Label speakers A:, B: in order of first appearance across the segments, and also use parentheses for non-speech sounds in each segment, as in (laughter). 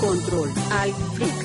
A: Control al freak.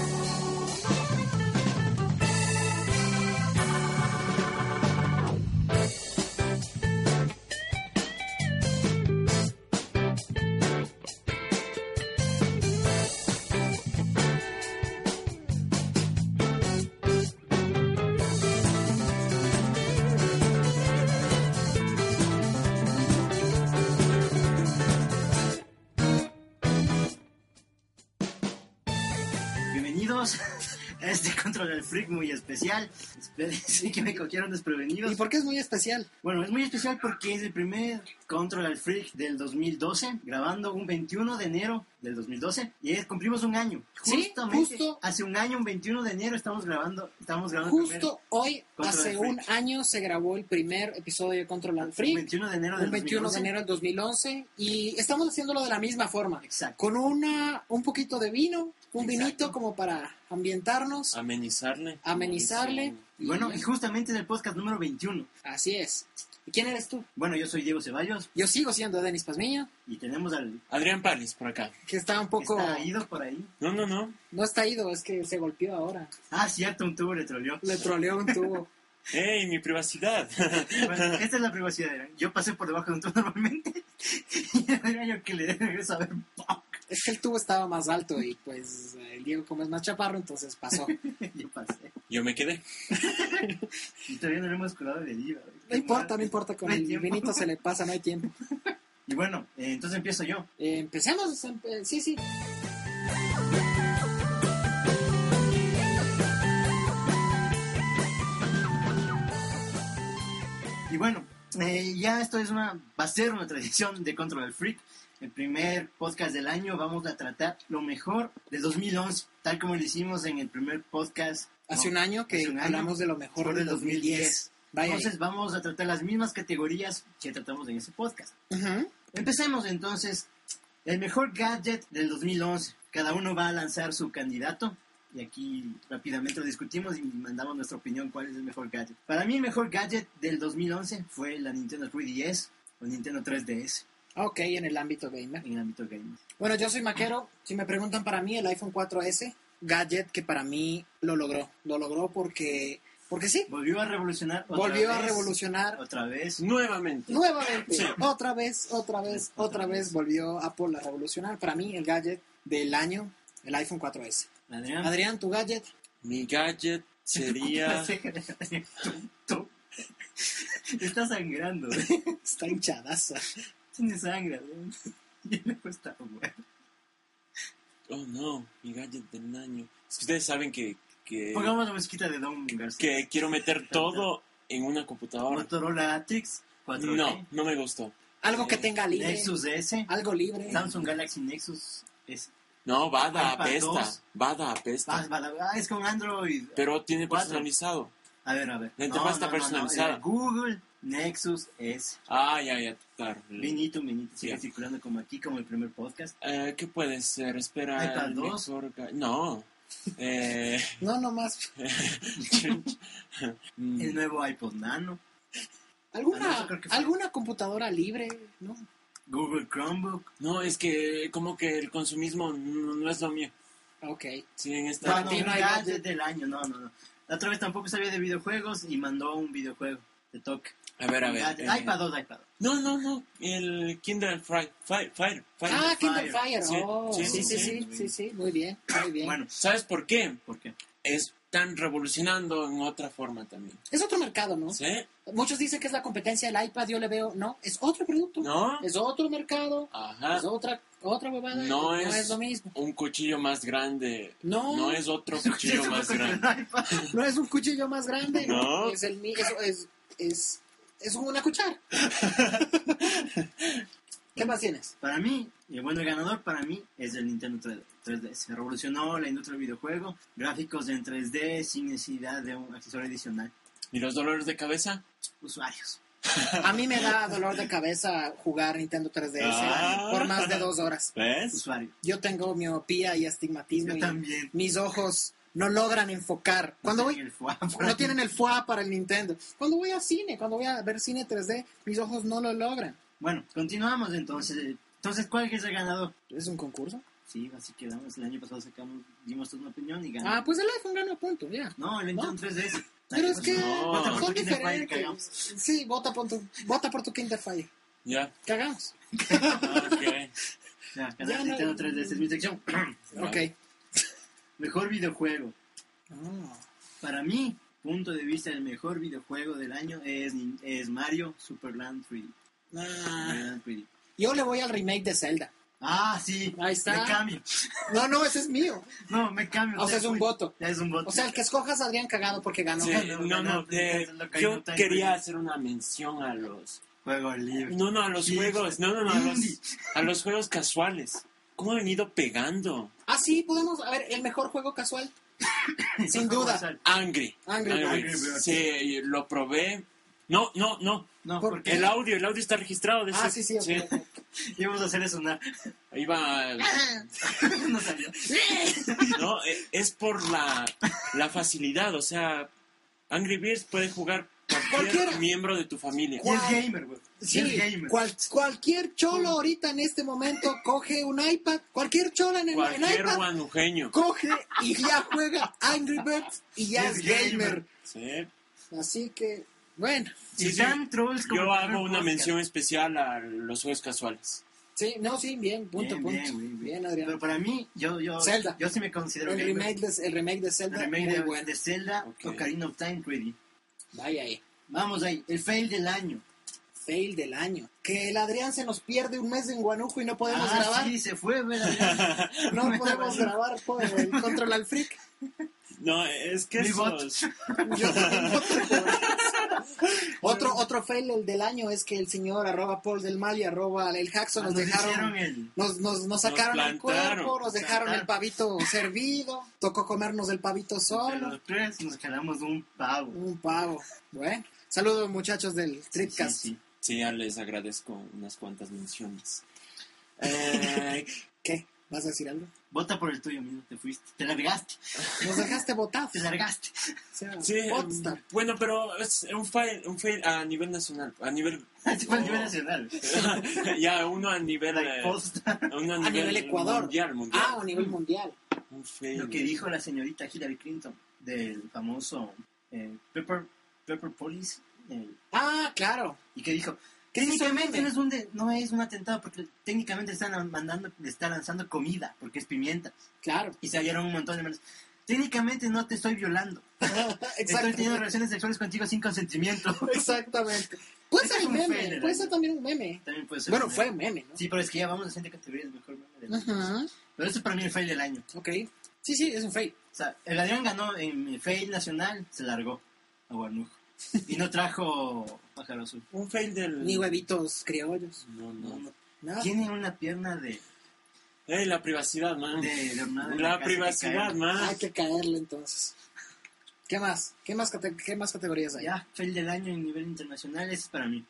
B: Bienvenidos (laughs) a este Control del Freak muy especial. (laughs) Sí que me cogieron desprevenidos.
C: ¿Y por qué es muy especial?
B: Bueno, es muy especial porque es el primer Control al Freak del 2012, grabando un 21 de enero del 2012 y es- cumplimos un año.
C: Sí,
B: Justamente
C: justo.
B: hace un año, un 21 de enero estamos grabando, estamos grabando el primer-
C: Justo hoy,
B: ah, Control
C: hace
B: al
C: un
B: Freak.
C: año, se grabó el primer episodio de Control al Freak.
B: 21 de enero del
C: un 21 de
B: 2011.
C: enero del 2011 y estamos haciéndolo de la misma forma.
B: Exacto.
C: Con una un poquito de vino, un
B: Exacto.
C: vinito como para ambientarnos,
D: Amenizarle.
C: amenizarle.
B: Y bueno, y justamente es el podcast número 21.
C: así es. ¿Y quién eres tú?
B: Bueno, yo soy Diego Ceballos
C: Yo sigo siendo Denis Pazmiño,
B: y tenemos al
D: Adrián Palis, por acá.
C: que está un
B: que
C: poco
B: está ido por ahí.
D: No, no, no.
C: no está ido, es que se golpeó ahora.
B: Ah, cierto, un tubo le troleó.
C: Le troleó un
B: (laughs)
C: tubo.
D: ¡Ey, mi privacidad! (laughs)
B: Bueno, esta es la privacidad. de Adrián. Yo pasé por debajo de un tubo normalmente (laughs) y Adrián, yo que le dé regreso a ver. ¡pum!
C: Es que el tubo estaba más alto y pues el Diego como es más chaparro, entonces pasó.
B: (laughs) Yo pasé.
D: Yo me quedé.
B: Y todavía no lo hemos curado de diva.
C: No importa, no importa, con
B: No hay
C: el
B: tiempo.
C: vinito se le pasa, no hay tiempo.
B: Y bueno, eh, entonces empiezo yo.
C: Eh, empecemos, empe- sí, sí.
B: Y bueno, eh, ya esto es una, va a ser una tradición de Control al Freak. El primer podcast del año vamos a tratar lo mejor de 2011, tal como lo hicimos en el primer podcast.
C: Hace un año que
B: hace un año.
C: hablamos de lo mejor
B: Mejor
C: del
B: del
C: 2010. Vaya. ahí.
B: Entonces vamos a tratar las mismas categorías que tratamos en ese podcast.
C: Ujú.
B: Empecemos entonces. El mejor gadget del 2011. Cada uno va a lanzar su candidato. Y aquí rápidamente lo discutimos y mandamos nuestra opinión cuál es el mejor gadget. Para mí el mejor gadget del 2011 fue la Nintendo 3DS o Nintendo 3DS
C: Ok, en el ámbito gamer.
B: en el ámbito gaming.
C: Bueno, yo soy maquero. Si me preguntan para mí, el iPhone 4S, gadget que para mí lo logró. Lo logró porque, porque sí,
B: Volvió a revolucionar. otra
C: volvió a
B: vez,
C: revolucionar
B: Otra vez.
D: Nuevamente.
C: nuevamente.
D: Sí.
C: Otra vez, otra vez, otra vez volvió Apple a revolucionar. Para mí, el gadget del año, el iPhone 4S.
B: Adrián.
C: Adrián, tu gadget.
D: Mi gadget sería...
B: Tú, (laughs) tú. Está sangrando.
C: Está hinchadaza.
B: Tiene sangre. Adrián. (laughs) Y le cuesta mover.
D: Oh, no. Mi gadget del año. Es que ustedes saben que... Que,
B: Pongamos la musiquita de Don García.
D: que quiero meter todo en una computadora.
B: Motorola Atrix 4G.
D: No, no me gustó.
C: Algo que tenga libre.
B: Nexus S.
C: Algo libre.
B: Samsung Galaxy Nexus S.
D: No, Bada
B: iPad
D: apesta.
B: 2.
D: Bada
B: Ah,
D: apesta.
B: ah, es con Android.
D: Pero tiene
B: Cuatro.
D: personalizado.
B: A ver, a ver.
D: La interfaz está personalizada.
B: era Google Nexus S.
D: Ah, ya, ya, claro.
B: Vinito, vinito. Sigue
D: Ya.
B: circulando como aquí, como el primer podcast.
D: Eh, ¿Qué puede ser? Espera.
B: iPad
D: el
B: 2.
D: mejor ga- No. Eh,
C: No, nomás.
B: (laughs)
D: mm,
B: El nuevo iPod Nano. Ah, no,
C: Alguna,
B: eso creo que fue.
C: alguna computadora libre, ¿no?
B: Google Chromebook.
D: No, es que como que el consumismo no, no es lo mío.
C: Ok.
D: Sí, en
B: No,
D: esta...
B: no,
C: ti no
B: un
C: hay
B: gadget
C: gadget.
B: del año. No, no, no. La otra vez tampoco sabía de videojuegos y mandó un videojuego. Te toca.
D: A ver, a ver.
B: Gadget.
D: eh,
B: iPad 2, iPad 2.
D: No, no, no. El Kindle Fire. Fire. Fire. Fire.
C: Ah, Kindle
B: Fire.
C: Fire.
D: Sí,
C: oh, sí, sí, sí, sí, sí, Muy bien, muy bien.
B: Bueno,
D: ¿Sabes por qué?
B: ¿por qué?
D: Están revolucionando en otra forma también.
C: Es otro mercado, ¿no?
D: ¿Sí?
C: Muchos dicen que es la competencia del iPad. Yo le veo, no, es otro producto.
D: ¿No?
C: Es otro mercado.
D: Ajá.
C: Es otra, otra huevada.
D: No es-
C: lo mismo.
D: Un cuchillo más grande.
C: No.
D: No es otro
B: (laughs)
D: cuchillo más grande.
C: No es un cuchillo más grande.
D: No.
C: Es el mi- es, es, es, es una cuchara. ¿Qué más tienes?
B: Para mí, y bueno, el ganador para mí es el Nintendo 3D. 3D. Se revolucionó la industria del videojuego, gráficos en 3D sin necesidad de un accesorio adicional.
D: ¿Y los dolores de cabeza?
B: Usuarios.
C: A mí me da dolor de cabeza jugar Nintendo 3DS
D: Ah.
C: por más de dos horas.
D: ¿Ves?
B: Usuarios.
C: Yo tengo miopía y astigmatismo.
B: Yo
C: y
B: también.
C: Mis ojos no logran enfocar. Cuando voy,
B: El FUA.
C: no tienen el FUA para el Nintendo. Cuando voy a cine, cuando voy a ver cine 3D, mis ojos no lo logran.
B: Bueno, continuamos entonces. Entonces, ¿cuál es el ganador?
C: ¿Es un concurso?
B: Sí, así quedamos. El año pasado sacamos, dimos toda una opinión y ganamos.
C: Ah, pues el iPhone ganó punto, ya.
B: No, el Nintendo 3DS.
C: Pero
B: pues
C: es que
D: No. Vota por
C: son
B: tu Kinder Fire,
C: diferentes.
B: cagamos.
C: Sí, vota por tu, vota por tu Kinder Fire.
D: Ya.
C: Cagamos.
D: Ok.
B: Ya, ganó
C: Ya
B: el
C: no-
B: Nintendo 3DS. Es mi sección. (clears throat)
D: No.
C: Ok.
B: Mejor videojuego.
C: Ah.
B: Para mí, punto de vista, el mejor videojuego del año es, Nin- es Mario Superland 3D.
C: Ah.
B: Superland 3D.
C: Yo le voy al remake de Zelda.
B: Ah, sí.
C: Ahí está.
B: Me cambio.
C: No, no, ese es mío.
B: No, me cambio.
C: O sea, es un
B: fui-
C: voto.
B: Ya es un voto.
C: O sea, el que escojas Adrián cagado porque ganó.
D: Sí,
B: no, no,
D: no, no. eh,
B: no, no, no,
D: yo
B: no,
D: quería
B: no.
D: hacer una mención a los.
B: Juego libre. (laughs)
D: No, no, a los
B: Sí.
D: juegos. No, no, no. A
B: Indie.
D: los, a los juegos casuales. ¿Cómo han venido pegando?
C: Ah, sí, podemos. A ver, el mejor juego casual. Sin
B: ¿Cómo
C: duda.
B: vas a-
D: Angry.
C: Angry
B: Birds.
D: Birds. Sí, lo probé. No, no, no.
B: (laughs) No,
C: ¿Por
B: porque
D: El audio, el audio está registrado. De
C: Ah,
D: ese-
C: sí, sí. ok, ok.
B: íbamos a hacer eso una.
D: Iba.
B: (laughs) no salió.
D: No, eh, es por la, la facilidad. O sea, Angry Birds puede jugar cualquier
C: Cualquiera.
D: miembro de tu familia.
B: Y es
C: Wow.
B: gamer, güey. Y es
C: Sí,
B: gamer.
C: cual- cualquier cholo ahorita en este momento coge un iPad, cualquier chola en el en
D: Cualquier
C: iPad
D: guanujeño.
C: coge y ya juega Angry Birds y ya
B: Es
C: es gamer.
B: gamer.
D: Sí.
C: Así que, bueno,
D: Sí,
B: Y
D: sí.
B: tan trolls como
D: Yo
B: el
D: hago
B: primer
D: una
B: podcast.
D: mención especial a los juegos casuales.
C: sí, no, sí, bien, punto,
B: Bien,
C: punto.
B: bien,
C: Bien,
B: güey, bien.
C: Adrián.
B: Pero para mí, yo, yo,
C: Zelda.
B: yo sí me considero
C: el,
B: gamer.
C: remake de, el remake de Zelda,
B: El remake
C: muy
B: de,
C: bueno.
B: de Zelda,
D: Ok.
B: Ocarina of Time 3D.
C: Vaya ahí,
B: Vamos ahí, el fail del año.
C: fail del año. Que el Adrián se nos pierde un mes en Guanujo y no podemos
B: ah,
C: grabar.
B: sí, se fue, (laughs) ¿verdad?
C: No podemos grabar pues, por el
B: (laughs)
C: Control al Freak.
D: No, es que
B: Mi
D: esos...
C: Yo
B: (laughs)
C: también voto por eso. otro, otro fail el del año es que el señor arroba Paul del Mal y arroba el Jackson
B: Ah, Nos
C: nos dejaron...
B: hicieron el...
C: Nos, nos, nos sacaron
D: Nos
C: el
D: plantaron,
C: cuerpo, nos dejaron
B: plantaron.
C: el pavito servido, tocó comernos el pavito
B: entre
C: solo.
B: los tres nos jalamos un pavo.
C: Un pavo. Bueno, saludos muchachos del
B: Sí,
C: Tripcast.
B: sí.
D: Sí, ya les agradezco unas cuantas menciones. Eh,
C: ¿Qué? ¿Vas a decir algo?
B: Vota por el tuyo, mismo, te fuiste. Te largaste,
C: Nos dejaste botados.
B: te largaste. (laughs)
C: O sea,
D: sí, eh,
C: potsdam.
D: bueno, pero es un fail, un fail a nivel nacional, a nivel... (laughs)
B: Así fue a
D: Oh.
B: nivel nacional.
D: ya, uno a nivel...
B: La
D: eh,
B: posta.
D: uno
C: a nivel Ecuador.
D: Mundial, mundial.
C: Ah, a nivel mundial.
D: Un fail.
B: Lo que dijo la señorita Hillary Clinton del famoso eh, Pepper, Pepper Police. eh,
C: Ah, claro.
B: y que dijo,
C: ¿Qué hizo el
B: técnicamente
C: meme?
B: no es, un de- no es un atentado porque técnicamente le están mandando, le están lanzando comida porque es pimienta.
C: Claro. (laughs)
B: Y se hallaron un montón de manos. Técnicamente no te estoy violando. Estoy teniendo
C: Exactamente.
B: relaciones sexuales contigo sin consentimiento. (laughs)
C: Exactamente. Puede
B: Ese
C: ser
B: es
C: un
B: un
C: meme,
B: fail,
C: puede
B: ¿no?
C: ser también un meme.
B: También puede ser
C: Bueno,
B: un
C: fue
B: meme.
C: un meme, ¿no?
B: Sí, pero es que ya vamos a hacer de categoría el mejor meme del año.
C: Ajá.
B: Pero ese para mí fue el del año.
C: Ok. Sí, sí, es un fail.
B: O sea, el Adrián ganó en mi fail nacional, se largó a Guarnujo. Y no trajo pájaro azul.
D: Un fail del...
C: Ni huevitos criollos.
D: No, no.
C: Nada.
B: Tiene una pierna de,
D: Eh, la privacidad, man.
B: de, de hornada en
D: la
B: casa que
D: privacidad,
B: cae.
D: man.
C: Hay que caerle entonces. ¿Qué más? ¿Qué más, cate- qué más categorías hay?
B: Ya, fail del año en nivel internacional, ese es para mí.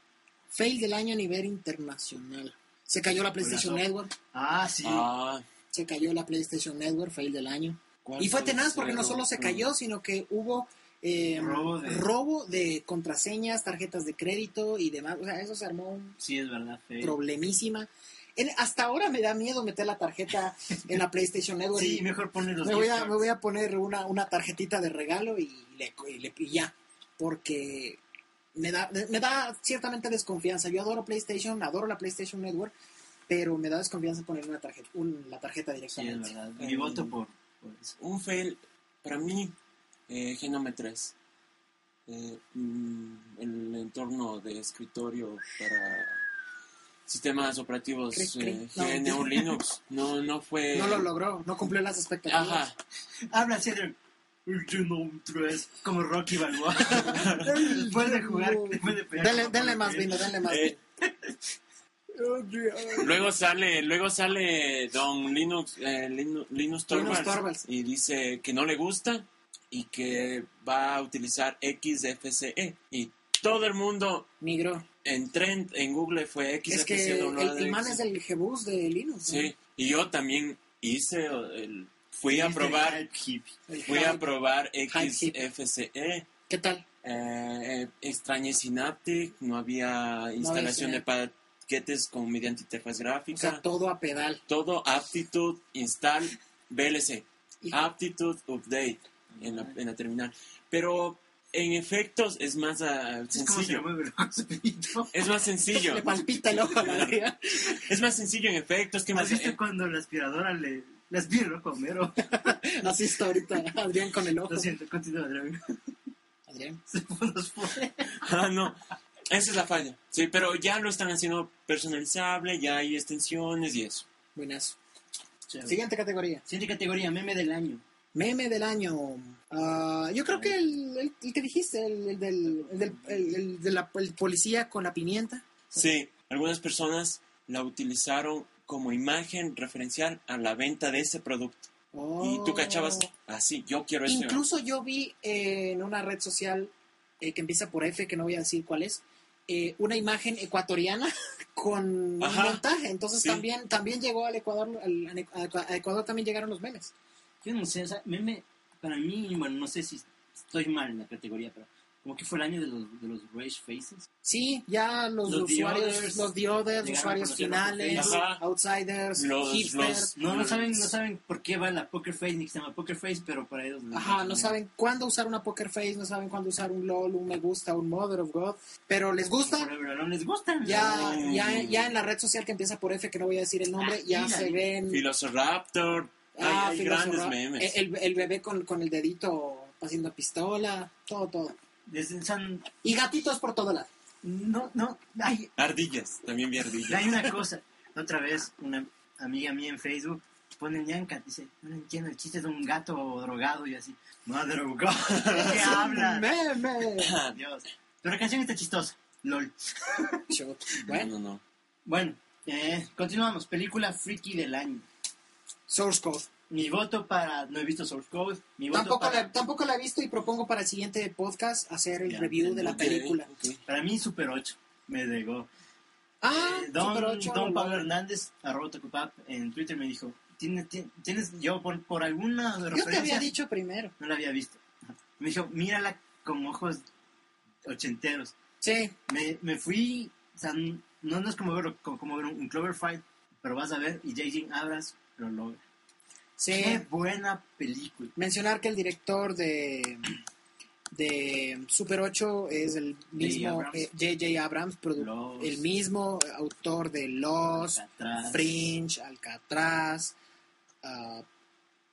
C: Fail del año a nivel internacional. Se cayó la PlayStation
B: Golazo.
C: Network.
B: Ah, sí.
D: Ah,
C: Se cayó la PlayStation Network, fail del año.
D: ¿cuál
C: Y fue
D: puede
C: tenaz porque
D: ser
C: no solo se
D: otro?
C: cayó, sino que hubo eh,
B: Robo de-
C: robo de contraseñas, tarjetas de crédito y demás. O sea, eso se armó un
B: Sí, es verdad, fail.
C: problemísima. En- hasta ahora me da miedo meter la
B: (laughs)
C: tarjeta en la PlayStation Network.
B: Sí,
C: y
B: mejor pone los
C: me, voy
B: gift
C: a,
B: cards.
C: me voy a poner una, una tarjetita de regalo y, le, y le- y ya. Porque me da, me da ciertamente desconfianza. Yo adoro PlayStation, adoro la PlayStation Network, pero me da desconfianza poner una tarjeta, un- la tarjeta
B: Sí, es
C: directamente.
B: verdad. Mi
D: Eh,
B: voto por, por eso.
D: Un fail, para mí, eh, Genome 3. Eh, mm, el entorno de escritorio para sistemas operativos
C: Cri, cri.
D: eh,
C: No,
D: GNU (laughs) Linux no, no fue...
C: no lo logró, no cumplió las expectativas.
D: Ajá,
B: Habla así de el Genome 3, como
C: (laughs)
B: Rocky Balboa. después de jugar, después de pelear.
C: Denle,
B: como
C: denle
B: Rocky.
C: más vino, denle más
D: Eh,
C: vino.
D: Luego sale, luego sale Don Linux, eh, Linu- Linus, Torvalds
C: Torvalds.
D: y dice que no le gusta y que va a utilizar XFCE. E. Y todo el mundo
C: Migró.
D: en tren, en Google fue XFCE.
C: Es que el,
D: doblada
C: el man
D: E, X.
C: es del Jebus de Linux. ¿no?
D: Sí, y yo también hice, el- fui
B: este,
D: a probar,
B: Hype hippie.
C: El
D: fui a
C: Hype.
D: probar
C: Hype Hip.
D: XFCE.
C: ¿Qué tal?
D: E, Eh, eh, extrañé Synaptic, no había instalación de paquetes con mediante interfaz
C: O
D: gráfica.
C: sea, todo a pedal.
D: todo aptitude install VLC,
C: Hijo.
D: Ah, aptitude update en la, en la terminal. Pero en efectos es más ah,
B: Es como se
D: sencillo.
B: mueve el papelito.
D: Es más
C: (laughs)
D: sencillo.
C: Le palpita el ojo a la vida.
D: Es más sencillo en efectos que
B: ¿Has
D: más.
B: visto
D: eh,
B: cuando la aspiradora le... La aspiró con Homero.
C: Así está ahorita Adrián con el ojo.
B: Lo siento, continúa, Adrián.
C: Adrián.
B: Se nos fue.
D: ah, no. Esa es la falla. Sí, pero ya lo están haciendo personalizable, ya hay extensiones y eso.
C: Buenazo. Siguiente categoría.
B: Siguiente categoría, meme del año.
C: Meme del año. Ah, yo creo que el, el- el que dijiste, el, el del, el del- el- el de la el policía con la pimienta.
D: Sí, algunas personas la utilizaron como imagen referencial a la venta de ese producto. Y tú
C: Oh.
D: cachabas, así, yo quiero este.
C: Incluso yo vi eh, en una red social eh, que empieza por F, que no voy a decir cuál es, eh, una imagen ecuatoriana (laughs) con
D: Ajá.
C: un montaje. Entonces
D: Sí.
C: también, también llegó al Ecuador, al- a Ecuador también llegaron los memes.
B: Yo no sé, o sea, meme, para mí, bueno, no sé si estoy mal en la categoría, pero como que fue el año de los, de los Rage Faces.
C: Sí, ya los,
B: Los
C: usuarios,
B: the others.
C: los the others,
B: Llegaron
C: usuarios
B: a conocerlo por
C: finales,
D: Facebook. Ajá.
C: outsiders,
D: Los-
C: hipsters.
D: los-
B: No, no
D: Los-
B: saben, no saben por qué va la Poker Face, ni que se llama Poker Face, pero para ellos... les
C: Ajá,
B: encanta.
C: no saben cuándo usar una poker face, no saben cuándo usar un LOL, un me gusta, un Mother of God, pero les gusta.
B: Forever Alone les gustan.
C: Ya,
D: Mm.
C: ya, ya en la red social que empieza por F, que no voy a decir el nombre,
B: Ah,
C: ya
B: mira.
C: se ven
D: Velociraptor.
C: Ah, Eh,
D: hay hay
C: Filoso
D: grandes
C: Rock.
D: memes.
C: El, el bebé con, con el dedito haciendo pistola, todo, todo.
B: Desde, o sea,
C: Y gatitos por todo lado.
B: no, no, hay,
D: Ardillas, también vi ardillas.
B: hay una cosa. Otra vez, una amiga mía en Facebook pone ñanca, dice, no entiendo, el chiste de un gato drogado y así. Madre of God, ¿de qué
C: Es un
B: hablan?
C: meme.
B: Dios. Pero la canción está chistosa. LOL.
C: Chuta.
D: Bueno,
C: (laughs) bueno,
D: no, no.
B: Bueno, eh, continuamos. Película friki del año.
C: Source Code.
B: Mi voto para... No he visto Source Code. Mi voto
C: Tampoco
B: para...
C: la, tampoco la he visto y propongo para el siguiente podcast hacer el
B: Ya,
C: review de la
D: Ok,
C: película.
D: ok.
B: Para mí, Super 8. Me llegó.
C: Ah,
B: Eh, don,
C: Super 8.
B: don
C: lo-
B: Pablo Hernández, arroba Tocopap, en Twitter me dijo, ¿tienes, ti- tienes yo por, por alguna
C: Yo te
B: referencia?
C: había dicho primero.
B: No la había visto. Me dijo, mírala con ojos ochenteros.
C: Sí,
B: Me, me fui, o sea, n- no, no es como ver, como, como ver un, un Cloverfield, pero vas a ver y J.J. Abras lo logra.
C: sí.
B: Qué buena película.
C: Mencionar que el director de, de Super 8 es el mismo
B: Abrams.
C: eh, J.J. Abrams, produ-
B: Los.
C: el mismo autor de Los,
B: Alcatraz.
C: Fringe, Alcatraz. ah,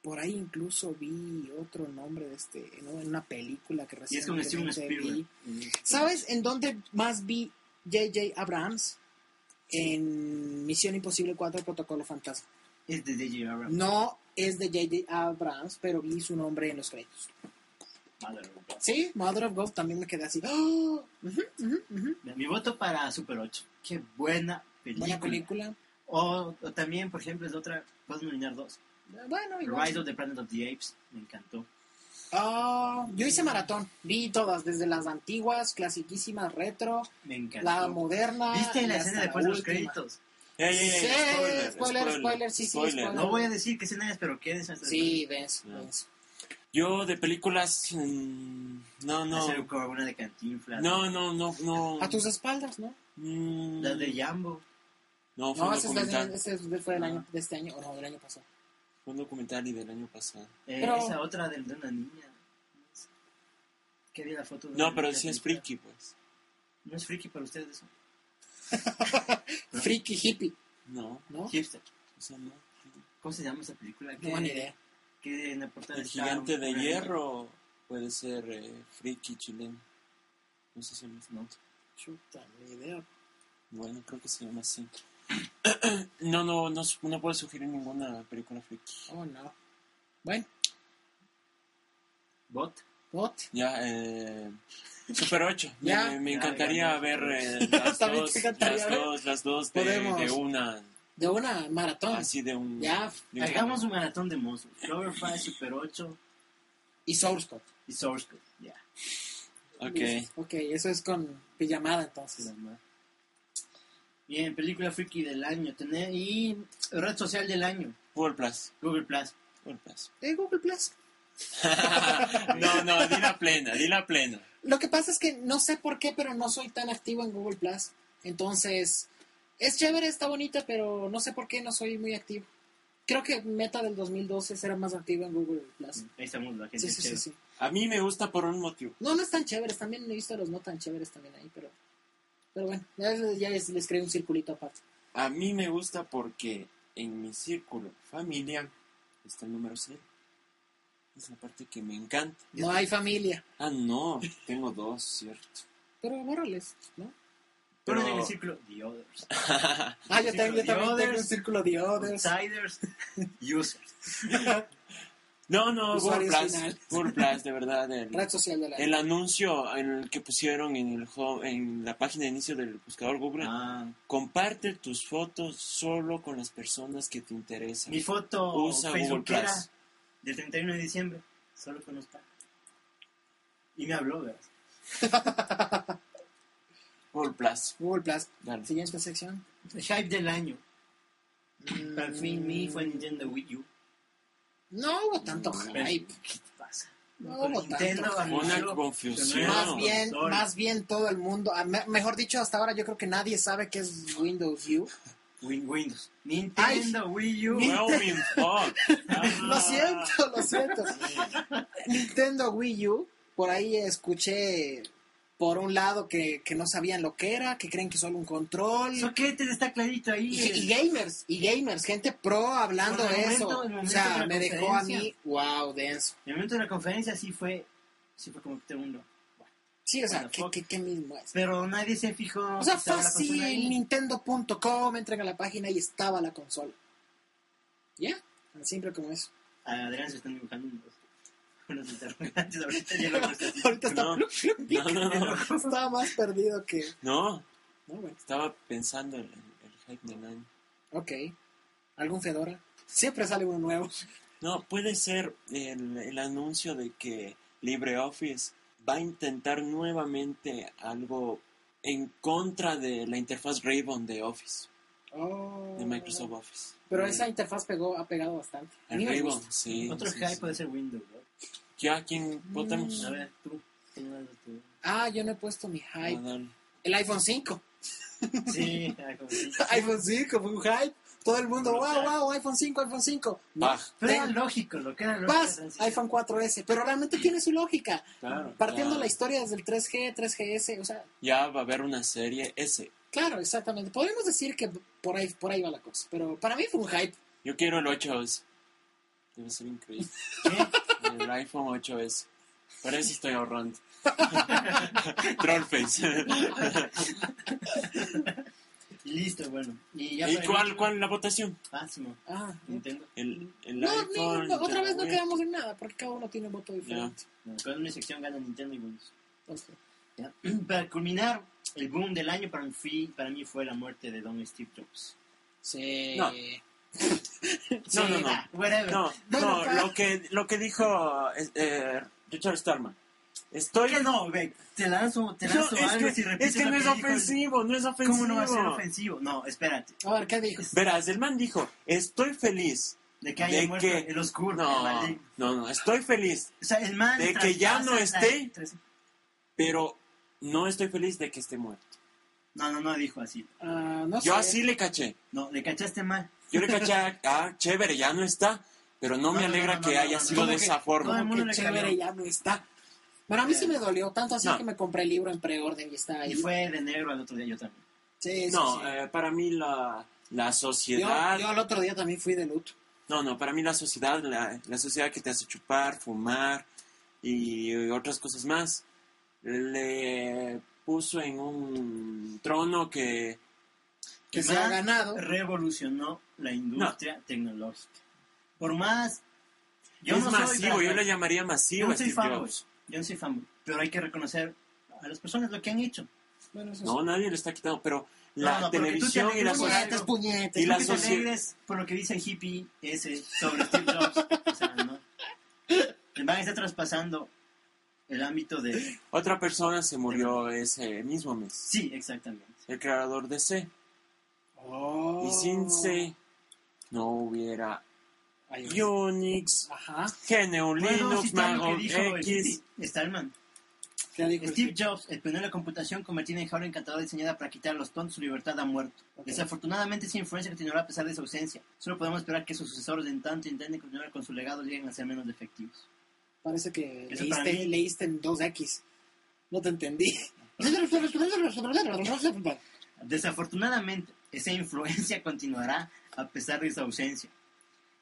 C: por ahí incluso vi otro nombre de este, ¿no? en una película que
B: Y es con Steven
C: recientemente
B: Spielberg. Este,
C: vi. ¿Sabes en dónde más vi J.J. Abrams? En Misión Imposible 4 Protocolo Fantasma.
B: Es de J.J. Abrams.
C: No es de J.J. Abrams, pero vi su nombre en los créditos.
B: Madre de Dios.
C: Sí, Mother of God también me quedé así. ¡Ah! Ujú, ujú, ujú.
B: Mi voto para Super 8. Qué buena
C: Buena película.
B: O, o también, por ejemplo, es otra, vas a eliminar dos.
C: Bueno, igual.
B: Rise of the Planet of the Apes, me encantó.
C: Ah, yo hice maratón. Vi todas, desde las antiguas, clasiquísimas, retro,
B: Me encantó.
C: la moderna.
B: ¿Viste
C: y
B: la
C: hasta
B: escena después de los
C: última.
B: créditos?
D: Ey, ey, ey,
C: Sí, spoiler, spoiler, sí, sí, spoiler.
B: No voy a decir qué escena es, pero quédense hasta
C: Sí, ves,
D: No.
C: ves.
D: Yo de películas. mm, no, no.
B: Hacer como una de Cantinflas.
D: No, no, no, no.
C: A tus espaldas, ¿no?
D: Mm,
B: La de Jambo.
D: No, fue
C: No,
D: un
C: ese, es
D: documental. Ah.
C: de- ese fue del año, de este año, o no, del año pasado.
D: Fue un documental y del año pasado.
B: Eh,
C: Pero-
B: Esa otra de, de una niña. Que vi la foto de
D: No,
B: una
D: pero
B: niña
D: sí es
B: friki.
D: friki, pues.
B: No es friki para ustedes eso. No.
C: Freaky hippie,
D: No,
C: ¿no?
B: Hipster.
D: o sea, no.
B: ¿Cómo se llama esa película?
C: No, ni idea.
B: Que en la portada
D: El
B: está
D: gigante
B: un-
D: de
B: una niña.
D: hierro puede ser eh, friki chileno. No sé si lo es, no.
C: Chuta, ni idea.
D: Bueno, creo que se llama así. (clears throat) no, no, no, su- no puedo sugerir ninguna película friki.
C: Oh, no. Bueno,
B: Bot.
C: What?
D: Ya, eh, Super
C: (laughs)
D: 8.
C: Ya.
D: Me, me
B: Ya,
D: encantaría
B: ya, ya.
D: ver
C: (laughs)
D: eh, las,
C: También
D: dos,
C: te encantaría
D: las
C: ver.
D: dos, las dos de,
C: Podemos.
D: de una,
C: De una maratón.
D: así de un...
C: Ya.
D: de un-
B: Hagamos un maratón de monstruos. Cloverfly, Super 8
C: Y Source Code.
B: y Source Code. Ya.
D: Ok.
C: Ok, eso es con pijamada entonces.
B: Bien, película friki del año. Tener, y red social del año.
D: Google Plus.
B: Google Plus.
D: Google Plus.
C: Eh, Google Plus.
D: (laughs) no, no, di la plena, di la plena.
C: Lo que pasa es que no sé por qué, pero no soy tan activo en Google Plus. Entonces, es chévere, está bonita, pero no sé por qué no soy muy activo. Creo que meta del 2012 será más activo en Google Plus.
B: Ahí estamos la gente.
C: Sí, sí, sí,
B: chévere.
C: sí.
D: A mí me gusta por un motivo.
C: No, no están chéveres. También he visto los no tan chéveres también ahí, pero... Pero bueno, ya, les- ya les, les creé un circulito aparte.
D: A mí me gusta porque en mi círculo familiar está el número 0. Es la parte que me encanta.
C: No hay familia.
D: Ah, no, tengo dos, cierto.
C: Pero bórrales, ¿no?
B: Pero
D: Pero-
B: en el círculo, The Others.
C: Ah, yo, tengo, yo
B: Círculo de
C: también tengo
B: others.
C: un círculo de others. (laughs)
B: Outsiders, Users.
D: No, no, Google
C: Usuarios
D: Plus,
C: finales.
D: Google Plus, de
C: (laughs)
D: verdad.
C: Red
D: El,
C: social de la...
D: el anuncio en el que pusieron en, el home- en la página de inicio del buscador Google,
B: Ah,
D: comparte tus fotos solo con las personas que te interesan.
B: mi foto
D: Usa Google
B: facebookera
D: Plus.
B: del 31 de diciembre. Solo con los padres. Y me habló, ¿verdad?
D: Google Plus.
C: Google Plus.
D: Dale.
C: Siguiente sección.
B: El hype del año. Para
C: Mm,
B: fin, mi fue Nintendo Wii U.
C: No hubo tanto
D: Mm,
C: hype.
B: ¿Qué te pasa?
C: No
B: Con
C: hubo tanto.
D: Una
B: anunció
D: confusión.
B: que no
C: Más
D: No,
C: bien,
B: consola.
C: más bien todo el mundo, ah, me- mejor dicho, hasta ahora yo creo que nadie sabe qué es Windows U.
B: Win- Windows. Nintendo Wii U.
D: Roaming fuck.
B: Ah,
C: (laughs) Lo siento, lo siento. Nintendo Wii U, por ahí escuché por un lado que, que no sabían lo que era, que creen que solo un control.
B: Soquete está clarito ahí.
C: Y, y gamers, y gamers, gente pro hablando
B: Por el
C: de
B: momento,
C: eso.
B: el
C: o
B: momento de
C: sea,
B: la
C: me dejó a
B: conferencia.
C: mí, wow, denso.
B: En el momento de la conferencia sí fue, sí fue como que te hundo.
C: Sí, o sea,
B: Bueno,
C: ¿qué,
B: fuck.
C: qué, qué mismo es?
B: Pero nadie se fijó.
C: O sea,
B: que estaba la consola
C: fácil,
B: ahí.
C: nintendo.com, entran a la página y estaba la consola. ¿Ya? Tan simple como eso. (laughs)
B: Ah, Adrián se están dibujando unos, (laughs) unos interrogantes. Ahorita
C: (laughs)
B: ya lo contesté.
C: Ahorita está,
D: No.
C: (laughs) flup, flup, pic.
D: No, no, no.
C: Estaba más perdido que...
D: No,
C: No, bueno.
D: estaba pensando en el, el hype del año.
C: Ok. ¿Algún Fedora? Siempre sale uno nuevo. (laughs)
D: No, puede ser el, el anuncio de que LibreOffice va a intentar nuevamente algo en contra de la interfaz Ribbon de Office,
C: Oh.
D: de Microsoft Office.
C: Pero
D: Eh,
C: esa interfaz pegó, ha pegado bastante. A mí
D: el
C: me
D: Ribbon,
C: gusta.
D: sí.
B: Otro
D: sí,
B: hype
D: sí.
C: pues.
B: puede ser Windows. ¿no?
D: ¿Ya quién
C: Mm,
D: votamos?
B: A ver, tú. tú más de tu-
C: (laughs) Ah, yo no he puesto mi
D: Ah,
C: hype.
D: dale.
C: El iPhone 5.
B: Sí, ah, como sí.
C: (laughs) iPhone 5 fue un hype. Todo el mundo, wow,
B: Brutal.
C: wow, iPhone 5, iPhone 5. No,
D: Bah.
B: Pero
C: ten-
B: era lógico, lo que era lógico.
C: Paz, iPhone 4S, pero realmente tiene su lógica.
D: Claro,
C: Partiendo
D: claro.
C: la historia desde el 3G, 3GS, o sea,
D: Ya va a haber una serie S.
C: claro, exactamente. Podemos decir que por ahí, por ahí va la cosa, pero para mí fue un hype.
D: Yo quiero el 8S. Debe ser increíble. El iPhone 8S. Para eso estoy ahorrando. (laughs) Trollface.
B: Y listo, bueno. ¿Y, ya
D: ¿Y
B: para-
D: cuál, cuál la votación?
B: Ah, sí, no,
C: Ah, no,
B: Nintendo.
D: El, el
C: no,
D: iPhone.
C: no, otra vez no
D: Huawei.
C: quedamos en nada, porque cada uno tiene un voto diferente.
B: No, con mi sección gana Nintendo y Windows. (clears throat)
C: Entonces,
B: Ya. Para culminar, el boom del año para mí, fui- para mí fue la muerte de Don Steve Jobs.
C: sí.
D: No.
C: Sí,
D: no, no.
C: va.
B: Whatever.
D: No,
C: Bueno,
D: no,
C: para-
D: lo que, lo que dijo eh, eh, Richard Starman. Estoy.
B: que no, güey? Te lanzo, te
D: No,
B: lanzo
D: es
B: algo
D: que,
B: si repites
D: es que
B: lo
D: no es
B: dijo.
D: ofensivo, no es ofensivo.
B: ¿Cómo no va a ser ofensivo? No, espérate.
C: A ver, ¿qué dijo?
D: Verás, el man dijo: Estoy feliz.
B: De que haya
D: de
B: muerto
D: que.
B: el oscuro. el
D: no,
B: maligno.
D: no, no, estoy feliz,
B: O sea, el man
D: De que ya
B: traspasa
D: no
B: la-
D: esté.
B: tras-
D: pero no estoy feliz de que esté muerto.
B: No, no, no dijo así.
C: Ah, no
D: Yo
C: sé.
D: así le caché.
B: No, le cachaste mal.
D: Yo le caché, a- ah, chévere, ya no está, pero no,
B: No,
D: me
B: no,
D: alegra
B: no, no,
D: que
B: no,
D: haya
B: no, no.
D: sido de
C: Como que
D: esa
B: todo
D: forma.
B: el
C: Como
B: mundo
C: que
B: le
C: chévere,
B: cayó.
C: ya no está. Pero a mí sí me dolió, tanto así
D: Eh, No.
C: que me compré el libro en preorden y está ahí.
B: (laughs) Y fue de negro al otro día yo también.
C: Sí, sí,
D: No,
C: sí.
D: eh, para mí la, la
C: yo,
D: sociedad...
C: yo el otro día también fui de luto.
D: No, no, para mí la sociedad, la, la sociedad que te hace chupar, fumar y otras cosas más, le puso en un trono que...
C: Que
B: El
C: se ha
B: man
C: ganado.
B: Revolucionó la industria tecnológica. Por más. Yo
D: es
B: no soy
D: masivo, yo
B: fanboy.
D: le llamaría
B: Yo
D: masivo
B: no
D: a
B: soy
D: Steve
B: fanboy.
D: Jobs.
B: Yo no soy fanboy, pero hay que reconocer a las personas lo que han hecho.
C: Bueno, eso
D: No, nadie le está quitando, pero la
B: no, pero que tú te
D: televisión y la
B: alegres,
D: sociedad...
B: puñetas,
C: puñetes.
D: Y
B: Y
D: la
B: las que te
D: socie-
B: alegres por lo que dice el hippie ese sobre Steve Jobs. O sea, no. El man está traspasando el ámbito de...
D: Otra persona se murió ese mismo mes,
B: Sí, exactamente.
D: el creador de C.
C: Oh.
D: Y sin C no hubiera
C: Ahí está.
D: Unix,
C: Ajá.
D: GNU
B: Puedo
D: Linux,
B: citar lo
D: Mago
B: que dijo el
D: X. pues
B: hippie Stallman.
C: Ya digo,
B: Steve Jobs, el pionero de la computación convertida en jaula encantadora diseñada para quitar a los tontos su libertad ha muerto. Desafortunadamente, esa influencia continuará a pesar de su ausencia. Solo podemos esperar que sus sucesores, en tanto intenten continuar con su legado, lleguen a ser menos defectivos.
C: Parece que
B: Eso para mí.
C: leíste, leíste en 2X. No te entendí.
B: Desafortunadamente, esa influencia (laughs) continuará a pesar de su ausencia.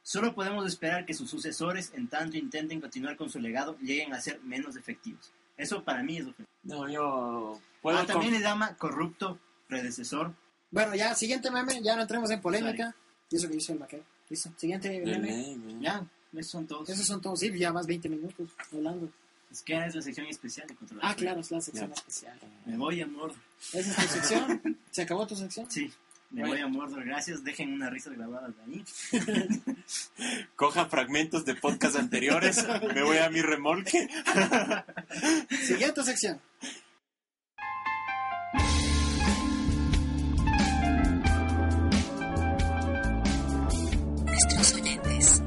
B: Solo podemos esperar que sus sucesores, en tanto intenten continuar con su legado, lleguen a ser menos defectivos. Eso para mí es lo que...
D: No, yo puedo
B: Ah, también
D: con-
B: le llama corrupto predecesor.
C: bueno, ya, siguiente meme. Ya no entremos en polémica. Y eso que hizo el maquero. Listo. Siguiente
D: de
C: meme.
D: ley, ¿no?
B: Ya, esos son todos.
C: Esos son todos. Sí, ya más 20 minutos hablando.
B: Es que es la sección especial de controlar.
C: Ah, claro, es la sección
D: Ya.
C: especial.
B: Me voy, amor.
C: Esa es tu sección. ¿Se acabó tu sección?
B: Sí, me
C: Bueno.
B: voy a Mordor, gracias. Dejen unas risas grabadas de ahí.
D: Coja fragmentos de podcast (laughs) anteriores, me voy a mi remolque.
C: Siguiente sección.
E: nuestros oyentes.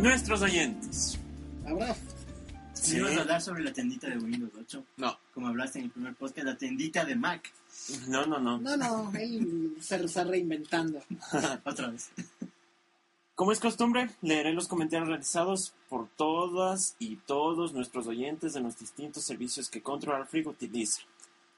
D: Nuestros oyentes.
C: Habrá.
D: Sí.
B: Sí. Ibas a hablar sobre la tendita de Windows 8,
D: No,
B: como hablaste en el primer podcast, la tendita de Mac.
D: no, no, no.
C: No, no, él se está reinventando.
B: Otra vez.
D: Como es costumbre, leeré los comentarios realizados por todas y todos nuestros oyentes de los distintos servicios que Control Freak utiliza.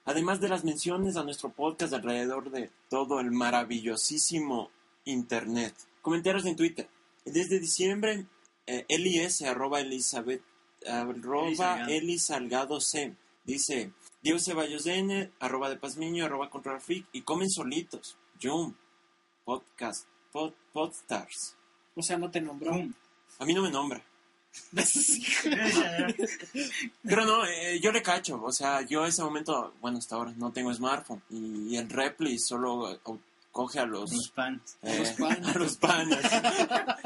D: Además de las menciones a nuestro podcast alrededor de todo el maravillosísimo Internet. Comentarios en Twitter. Desde diciembre, eh, elis, arroba Elizabeth, arroba
B: Salgado.
D: Eli Salgado C. Dice, Diego Ceballos N, arroba de Pazmiño, arroba Control Freak, y comen solitos. Jump, podcast, pod, podstars.
C: O sea, no te nombró.
B: Boom.
D: A mí no me nombra.
C: (laughs)
D: Pero no, eh, yo le cacho. O sea, yo en ese momento, bueno, hasta ahora no tengo smartphone. Y, el Repli solo eh, au- coge a
B: Los
D: los,
B: fans.
D: eh,
C: los panas.
D: (laughs) a los panas.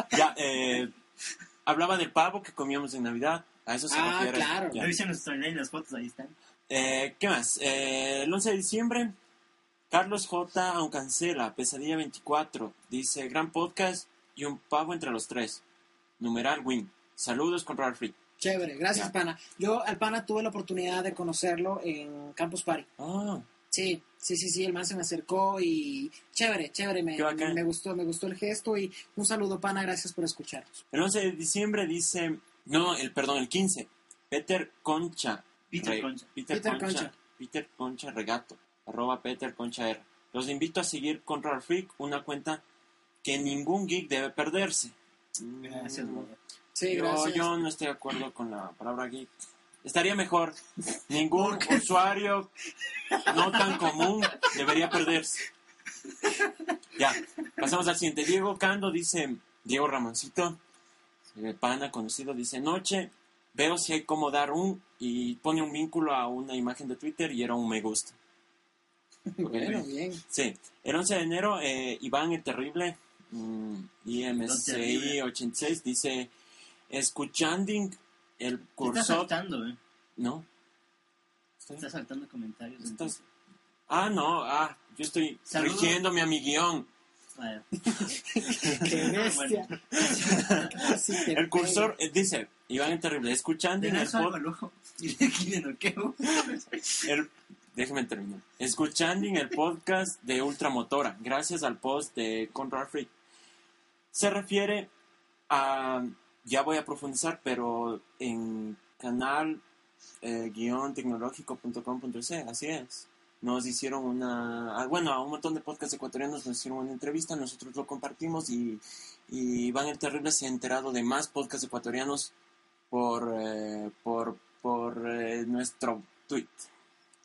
D: (laughs) ya, eh, hablaba del pavo que comíamos en Navidad. A eso se
C: Ah,
D: refiere.
C: claro.
D: Ya.
B: Revisen nuestro timeline, las fotos ahí están.
D: Eh, ¿Qué más? Eh, el 11 de diciembre, Carlos J. aún cancela, Pesadilla 24. Dice, gran podcast y un pavo entre los tres. Numeral win. Saludos con Ralph
C: Chévere, gracias,
D: Ya.
C: pana. Yo al pana tuve la oportunidad de conocerlo en Campus Party.
D: Ah,
C: Sí, sí, sí, sí, el man se me acercó y chévere, chévere, me,
D: Qué bacán.
C: me gustó, me gustó el gesto y un saludo, pana, gracias por escucharnos.
D: El 11 de diciembre dice, no, el perdón, el 15, Peter Concha.
B: Peter Concha.
D: Peter,
C: Peter
D: Concha.
C: Concha.
D: Peter Concha Regato, arroba Peter Concha R. Los invito a seguir Control Freak, una cuenta que ningún geek debe perderse.
B: Gracias,
D: Mm,
B: Mordor.
C: Sí,
D: yo,
C: gracias.
D: yo no estoy de acuerdo con la palabra geek. Estaría mejor,
C: (laughs)
D: ningún usuario no tan común debería perderse. Ya, pasamos al siguiente. Diego Cando dice, Diego Ramoncito, eh, pana conocido, dice, noche, veo si hay cómo dar un, y pone un vínculo a una imagen de Twitter y era un me gusta.
C: (laughs) Bueno, bien.
D: Sí, el 11 de enero, eh, Iván el Terrible, mm,
B: Terrible.
D: IMCI86, dice, escuchando el
B: Te Está
D: cursor...
B: saltando, ¿eh?
D: ¿No?
B: Te Está saltando comentarios.
D: Estás- Ah, no, ah, yo estoy
B: Saludos.
D: rigiéndome a mi guión.
B: Vaya.
C: (laughs) Qué
B: Ah,
D: (laughs)
C: bestia. Así que
D: El cursor, eh, dice, Iván el Terrible, escuchando
B: De
D: el
B: lanzo algo
D: pod-
B: al (laughs) ojo y de aquí le noqueo.
D: el- déjeme terminar. Escuchando en el podcast de Ultramotora, gracias al post de Control Freak. Se refiere a. Ya voy a profundizar, pero en canal eh, guión tecnológico.com.es, así es. Nos hicieron una. ah, Bueno, a un montón de podcasts ecuatorianos nos hicieron una entrevista, nosotros lo compartimos y, y Iván el Terrible se ha enterado de más podcasts ecuatorianos por, eh, por, por eh, nuestro tweet.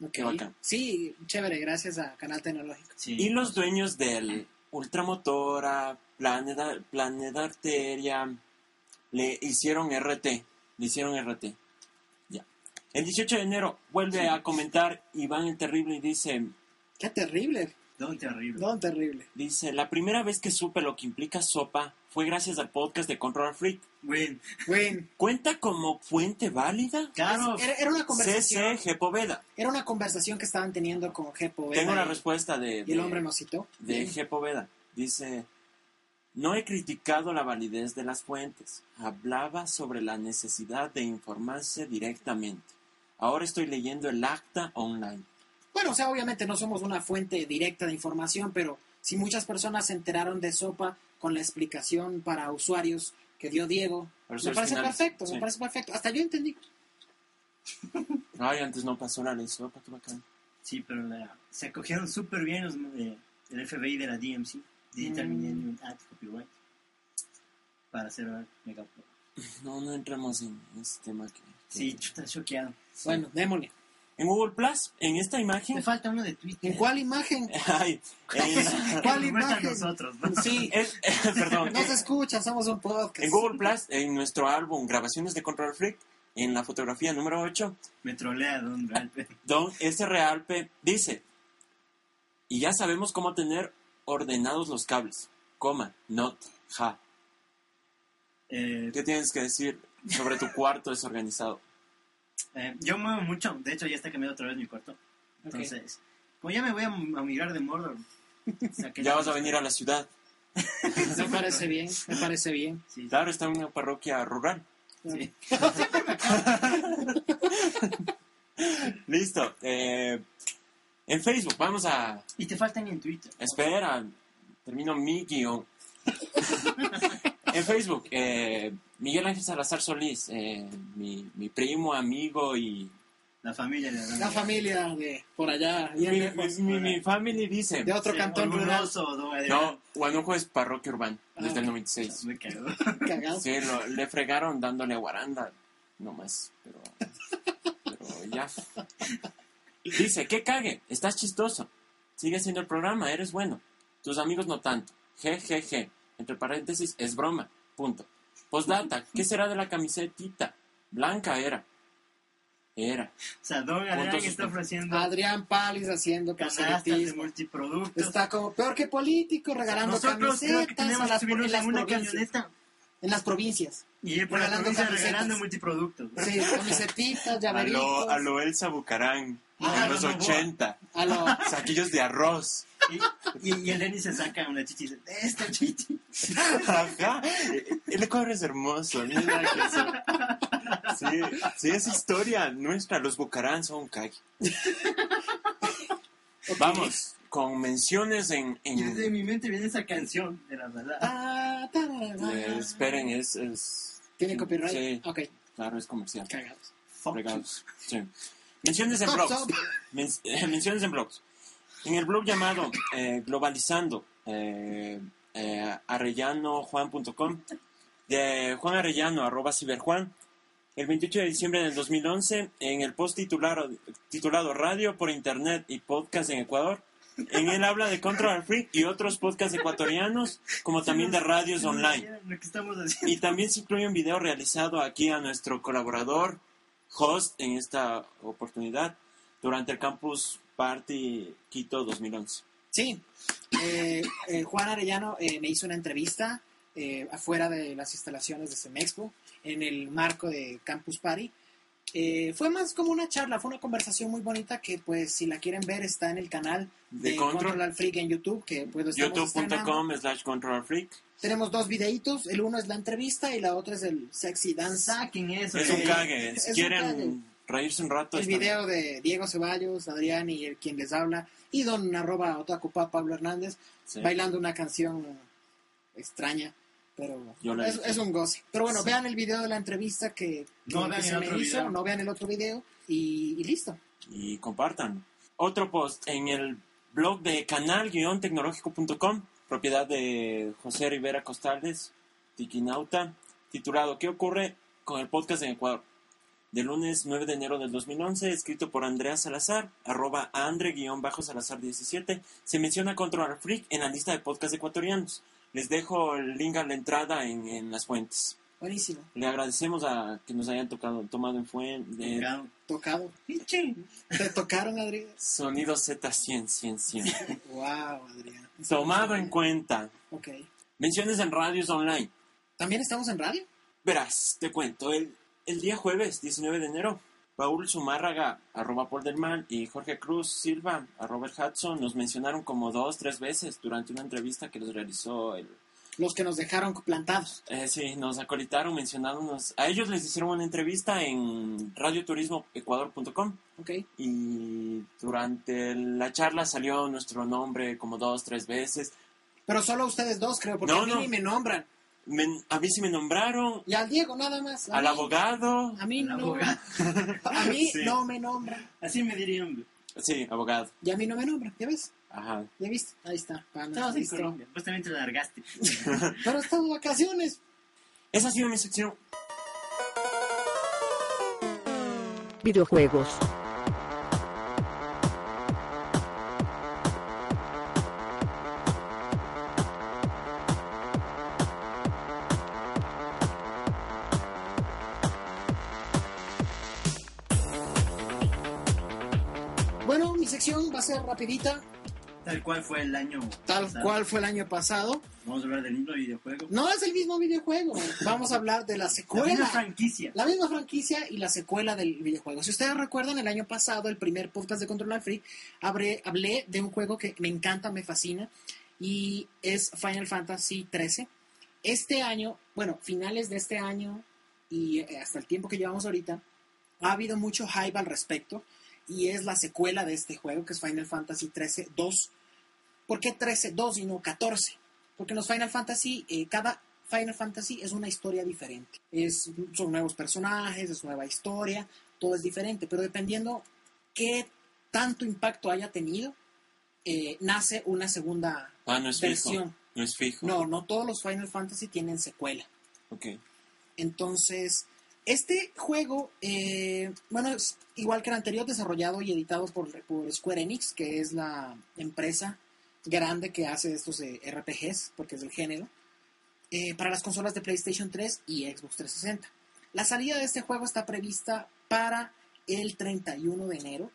C: Ok.
D: Qué bacán.
C: Sí, chévere, gracias a Canal Tecnológico.
B: Sí.
D: Y los dueños del Ultramotora, Planeta, Planeta Arteria, le hicieron RT. Le hicieron RT. Ya. El 18 de enero vuelve a comentar Iván el Terrible y dice,
C: Qué terrible.
B: Don terrible.
C: No, terrible.
D: dice, la primera vez que supe lo que implica sopa fue gracias al podcast de Control Freak.
B: Bueno,
C: Bueno,
D: ¿Cuenta como fuente válida?
B: claro.
C: era, era una conversación.
D: CCG Poveda.
C: Era una conversación que estaban teniendo con Gepo.
D: Tengo la respuesta
C: Y
D: de...
C: el
D: de-
C: hombre nos citó.
D: de G. Poveda. Dice, no he criticado la validez de las fuentes. Hablaba sobre la necesidad de informarse directamente. Ahora estoy leyendo el acta online.
C: Bueno, o sea, obviamente no somos una fuente directa de información, pero si muchas personas se enteraron de Sopa con la explicación para usuarios que dio Diego, me
D: Para usuarios
C: parece
D: finales,
C: perfecto,
D: sí.
C: me parece perfecto. Hasta yo entendí.
D: Ay, antes no pasó la ley sopa, qué bacán.
B: Sí, pero la- se acogieron súper bien los eh, el FBI de la DMC, Digital
C: Mm.
B: Millennium Act ah, Copyright, para hacer el mega pro.
D: No, no entramos en ese tema que... que-
B: Sí, chuta, choqueado.
C: Bueno, démosle.
D: En Google Plus, en esta
B: Me
D: imagen...
B: falta uno de Twitter.
C: ¿En cuál
B: (laughs)
C: imagen?
D: (laughs) Ay,
C: (laughs)
D: (laughs)
B: Que
D: en-
B: nos
C: ¿Cuál
B: muestran
C: imagen?
B: nosotros, ¿no?
C: Sí,
D: es- (laughs) perdón.
C: no se escucha, somos un podcast.
D: En Google Plus, en nuestro álbum Grabaciones de Control Freak, en la fotografía número 8,
B: Me trolea Don Ralph.
D: Don S. Realpe dice, y ya sabemos cómo tener ordenados los cables, coma, not, ja.
B: Eh,
D: ¿Qué tienes que decir sobre tu
C: (laughs)
D: cuarto desorganizado?
B: eh, yo muevo mucho, de hecho ya está cambiado otra vez mi cuarto.
C: Ok.
B: Entonces, como ya me voy a, a migrar de Mordor, saqué
D: (laughs) Ya
B: la-
D: vas a venir a la ciudad.
C: Me parece bien, me parece bien.
B: Sí,
D: Claro, está en una parroquia rural.
B: sí.
D: Listo. eh, en Facebook, vamos a...
B: Y te faltan en Twitter.
D: Espera, termino mi guión. (laughs) en Facebook, eh, Miguel Ángel Salazar Solís, eh, mi, mi primo, amigo y...
B: La familia de
C: La familia de por allá, bien
D: Mi,
C: lejos,
D: mi- mi family dice...
C: de otro
B: Sí,
C: cantón rural.
B: orgulloso, Don Adrián.
D: No, Guanujo es parroquia urbana desde el
C: Ah.
D: 96.
B: Me cago. Ah,
C: Cagado.
D: Sí, lo- le fregaron dándole a Guaranda nomás, pero, pero ya. Dice, ¿qué cague? Estás chistoso. Sigue haciendo el programa, eres bueno. Tus amigos no tanto. GGG. Entre paréntesis, es broma. Punto. Postdata, ¿qué será de la camisetita? Blanca era. Era.
B: O sea, Don Adrián
D: Puntos
B: está
D: suspensivos.
B: ofreciendo
C: Adrián Páliz haciendo
B: canastas de
C: Ah, proselitismo.
B: multiproductos.
C: Está como peor que político, regalando
B: Nosotros creo
C: camisetas a
B: que tenemos que
C: las, en,
B: subirnos
C: las
B: en una
C: provincias,
B: camioneta
C: en las provincias.
B: y ir por la
C: Regalando
B: provincia
C: camisetas.
B: regalando multiproductos. (laughs)
C: Sí, camisetitas, llaveritos.
D: a lo Elsa Bucarán.
B: Ah,
D: en los
B: no, no,
D: 80.
C: a
B: (laughs)
C: lo-
D: Saquillos de arroz.
B: Y, y- y el Lenny se saca una chichi y dice, esta chichi.
D: Ajá. E, El Ecuador es hermoso. no hay nada que hacer. Sí, sí, es historia nuestra. Los Bucarán son calle. Vamos, con menciones en...
B: Y desde
D: en
B: mi mente viene esa canción de la balada.
C: Ta, ta, ra, ra.
D: eh, esperen, es, es...
C: ¿Tiene copyright?
D: Sí,
C: Ok,
D: claro, es comercial.
C: cagados.
B: Fuck you.
D: Regalos. Sí. Menciones en
C: Stop,
D: blogs.
C: stop.
D: Men- eh, menciones en blogs. En el blog llamado eh, Globalizando, eh, eh, arrellanojuan.com, de Juan Arellano, arroba ciberjuan, el 28 de diciembre del 2011, en el post titular, titulado Radio por Internet y Podcast en Ecuador, en él habla de Control Freak y otros podcasts ecuatorianos, como también de radios online.
B: Lo que estamos haciendo.
D: Y también se incluye un video realizado aquí a nuestro colaborador, host, en esta oportunidad, durante el Campus Party Quito 2011.
C: Sí, eh, eh, Juan Arellano eh, me hizo una entrevista eh, afuera de las instalaciones de Semexpo, en el marco de Campus Party. Eh, fue más como una charla, fue una conversación muy bonita que pues si la quieren ver está en el canal
D: De
C: de,
D: Control.
C: Control. al Freak en YouTube, que pues lo estamos estrenando.
D: YouTube.com slash Control Freak.
C: Tenemos dos videitos, el uno es la entrevista y la otra es el sexy dance.
B: Saquen eso.
D: Es un
B: eh.
D: cague. Si
C: un cague.
D: quieren reírse un rato,
C: El
D: está bien.
C: video de Diego Ceballos, Adrián y el quien les habla, y don arroba otakupa Pablo Hernández,
D: Sí.
C: bailando una canción extraña, pero
D: Yo la
C: es,
D: dije.
C: es un goce. Pero bueno,
D: Sí.
C: vean el video de la entrevista que,
B: No
C: que
B: vean
C: se
B: el
C: me
B: otro
C: hizo,
B: video.
C: no vean el otro video, y, y listo.
D: y compartan. Otro post en el blog de canal-tecnológico.com, propiedad de José Rivera Costales, Tiquinauta, titulado ¿Qué ocurre con el podcast en Ecuador? de lunes 9 de enero del 2011, escrito por Andrea Salazar, arroba andre-salazar17. Se menciona Control Freak en la lista de podcasts ecuatorianos. Les dejo el link a la entrada en, en las fuentes.
C: Buenísimo.
D: Le agradecemos a que nos hayan tocado, tomado en fuente
B: Claro.
C: Tocado. Pinche. Te tocaron, Adrián.
D: sonido Z100, 100, 100.
C: Wow, Adrián.
D: Tomado en cuenta.
C: Ok.
D: Menciones en radios online.
C: ¿También estamos en radio?
D: Verás, te cuento, el, el día jueves 19 de enero, Paul Zumárraga, arroba Paul del Mal, y Jorge Cruz Silva, arroba el Hudson, nos mencionaron como dos, tres veces durante una entrevista que les realizó el...
C: Los que nos dejaron plantados.
D: eh, sí, nos acolitaron mencionándonos. A ellos les hicieron una entrevista en radioturismoecuador.com
C: Ok.
D: y durante la charla salió nuestro nombre como dos, tres veces.
C: Pero solo ustedes dos, creo, porque
D: No,
C: a mí
D: no.
C: ni me nombran.
D: Me- a mí sí me nombraron,
C: Y al Diego nada más. A
D: al
C: mí-
D: abogado.
C: A mí,
B: Al
C: no,
B: abogado.
C: (laughs) a mí
D: Sí.
C: no me nombran.
B: Así me dirían.
D: Sí, abogado.
C: Y a mí no me nombran. ¿Ya ves?
D: Ajá.
C: ¿Ya viste? Ahí está. pana,
B: Estabas en
C: listo.
B: Colombia. Vos también te largaste.
C: Pero estamos de vacaciones.
D: Esa ha sido mi sección.
A: Videojuegos.
C: Bueno, mi sección va a ser rapidita,
B: Tal cual fue el año.
C: tal
B: pasado.
C: cual fue el año pasado.
B: Vamos a hablar del mismo videojuego.
C: No es el mismo videojuego. Vamos a hablar de la
B: La misma
C: secuela.
B: franquicia.
C: La misma franquicia y la secuela del videojuego. Si ustedes recuerdan, el año pasado, el primer podcast de Control al Freak, habré- hablé de un juego que me encanta, me fascina, y es Final Fantasy XIII. Este año, bueno, finales de este año y eh, hasta el tiempo que llevamos ahorita, ha habido mucho hype al respecto, y es la secuela de este juego, que es Final Fantasy XIII 2. ¿Por qué 13, 2 y no 14? Porque en los Final Fantasy, eh, cada Final Fantasy es una historia diferente. Es, son nuevos personajes, es nueva historia, todo es diferente. Pero dependiendo qué tanto impacto haya tenido, eh, nace una segunda
D: Ah, no es fijo.
C: versión.
D: No es fijo.
C: No, no todos los Final Fantasy tienen secuela.
D: Ok.
C: Entonces, este juego, eh, bueno, es igual que el anterior, desarrollado y editado por, por Square Enix, que es la empresa grande que hace estos eh, RPGs, porque es del género, eh, para las consolas de PlayStation 3 y Xbox 360. La salida de este juego está prevista para el 31 de enero